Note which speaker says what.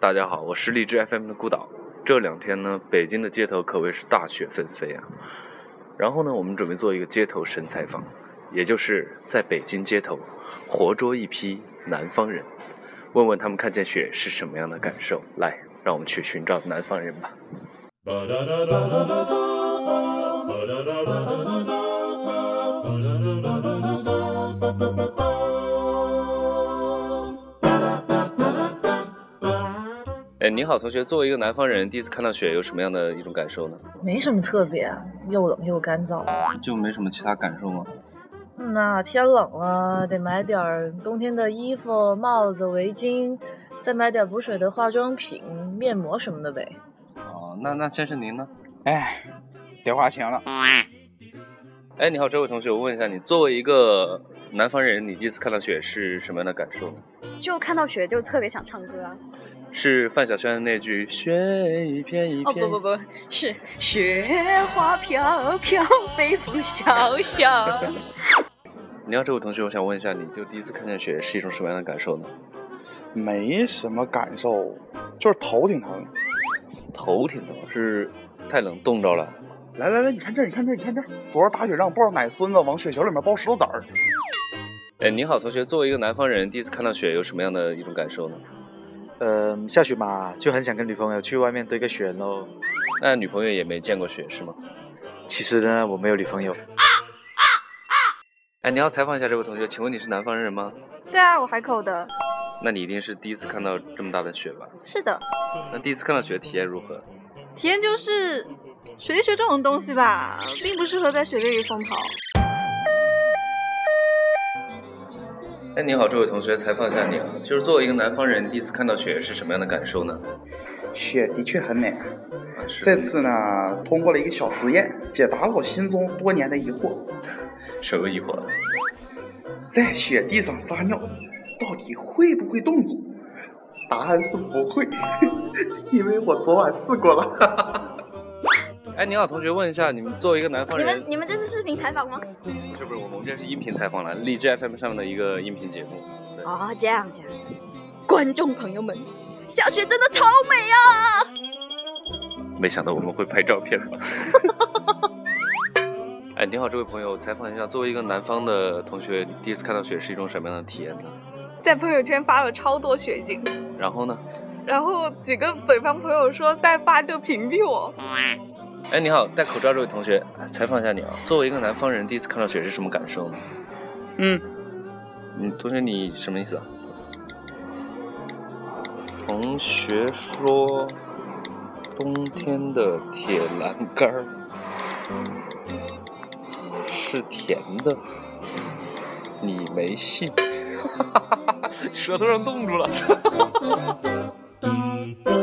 Speaker 1: 大家好，我是荔枝 FM 的孤岛。这两天呢，北京的街头可谓是大雪纷飞啊。然后呢，我们准备做一个街头神采访，也就是在北京街头活捉一批南方人，问问他们看见雪是什么样的感受。来，让我们去寻找南方人吧。
Speaker 2: ba da da da da da da ba da da da da da da ba da da da da da da ba ba ba ba
Speaker 1: 哎，你好，同学，作为一个南方人，第一次看到雪有什么样的一种感受呢？
Speaker 3: 没什么特别，又冷又干燥。
Speaker 1: 就没什么其他感受吗？
Speaker 3: 嗯呐、天冷了，得买点儿冬天的衣服、帽子、围巾，再买点补水的化妆品、面膜什么的呗。
Speaker 1: 哦，那那先生您呢？
Speaker 4: 哎，得花钱了。
Speaker 1: 哎，你好，这位同学，我问一下你，作为一个南方人，你第一次看到雪是什么样的感受呢？
Speaker 5: 就看到雪就特别想唱歌啊！
Speaker 1: 是范晓萱的那句“雪一片一片”。
Speaker 5: 哦不不不，是雪花飘飘，北风萧萧。
Speaker 1: 你好，这位同学，我想问一下，你就第一次看见雪是一种什么样的感受呢？
Speaker 4: 没什么感受，就是头挺疼。
Speaker 1: 头挺疼，是太冷冻着了。
Speaker 4: 来来来，你看这儿，你看这儿，你看这儿，昨儿打雪仗，不知道哪孙子往雪球里面包石头子儿。
Speaker 1: 哎，你好，同学，作为一个南方人，第一次看到雪有什么样的一种感受呢？
Speaker 6: 呃，下雪嘛，就很想跟女朋友去外面堆个雪人喽。
Speaker 1: 那女朋友也没见过雪是吗？
Speaker 6: 其实呢，我没有女朋友，
Speaker 1: 哎，你要采访一下这位同学，请问你是南方人吗？
Speaker 5: 对啊，我海口的。
Speaker 1: 那你一定是第一次看到这么大的雪吧？
Speaker 5: 是的，
Speaker 1: 那第一次看到雪体验如何？
Speaker 5: 体验就是雪地靴这种东西吧，并不适合在雪地里疯跑。
Speaker 1: 哎，你好，这位同学，采访一下你啊，就是作为一个南方人，第一次看到雪是什么样的感受呢？
Speaker 4: 雪的确很美啊。
Speaker 1: 啊，是
Speaker 4: 这次呢，通过了一个小实验，解答了我心中多年的疑惑：
Speaker 1: 什么疑惑？
Speaker 4: 在雪地上撒尿，到底会不会冻住？答案是不会， 因为我昨晚试过了。
Speaker 1: 哎，你好，同学，问一下，你们作为一个南方
Speaker 5: 你
Speaker 1: 人
Speaker 5: 们，你们这是视频采访吗？
Speaker 1: 是不是我们这是音频采访了？荔枝 FM 上面的一个音频节目。对
Speaker 5: 哦，这样这样。这样观众朋友们，小雪真的超美啊！
Speaker 1: 没想到我们会拍照片。 哎，你好，这位朋友，采访一下，作为一个南方的同学，你第一次看到雪是一种什么样的体验呢？
Speaker 7: 在朋友圈发了超多雪景，
Speaker 1: 然后呢？
Speaker 7: 然后几个北方朋友说再发就屏蔽我。
Speaker 1: 哎，你好，戴口罩这位同学，采访一下你啊，作为一个南方人，第一次看到雪是什么感受呢？
Speaker 4: 嗯，
Speaker 1: 你同学你什么意思啊？同学说，冬天的铁栏杆儿是甜的，你没 戏，舌头上冻住了。
Speaker 2: da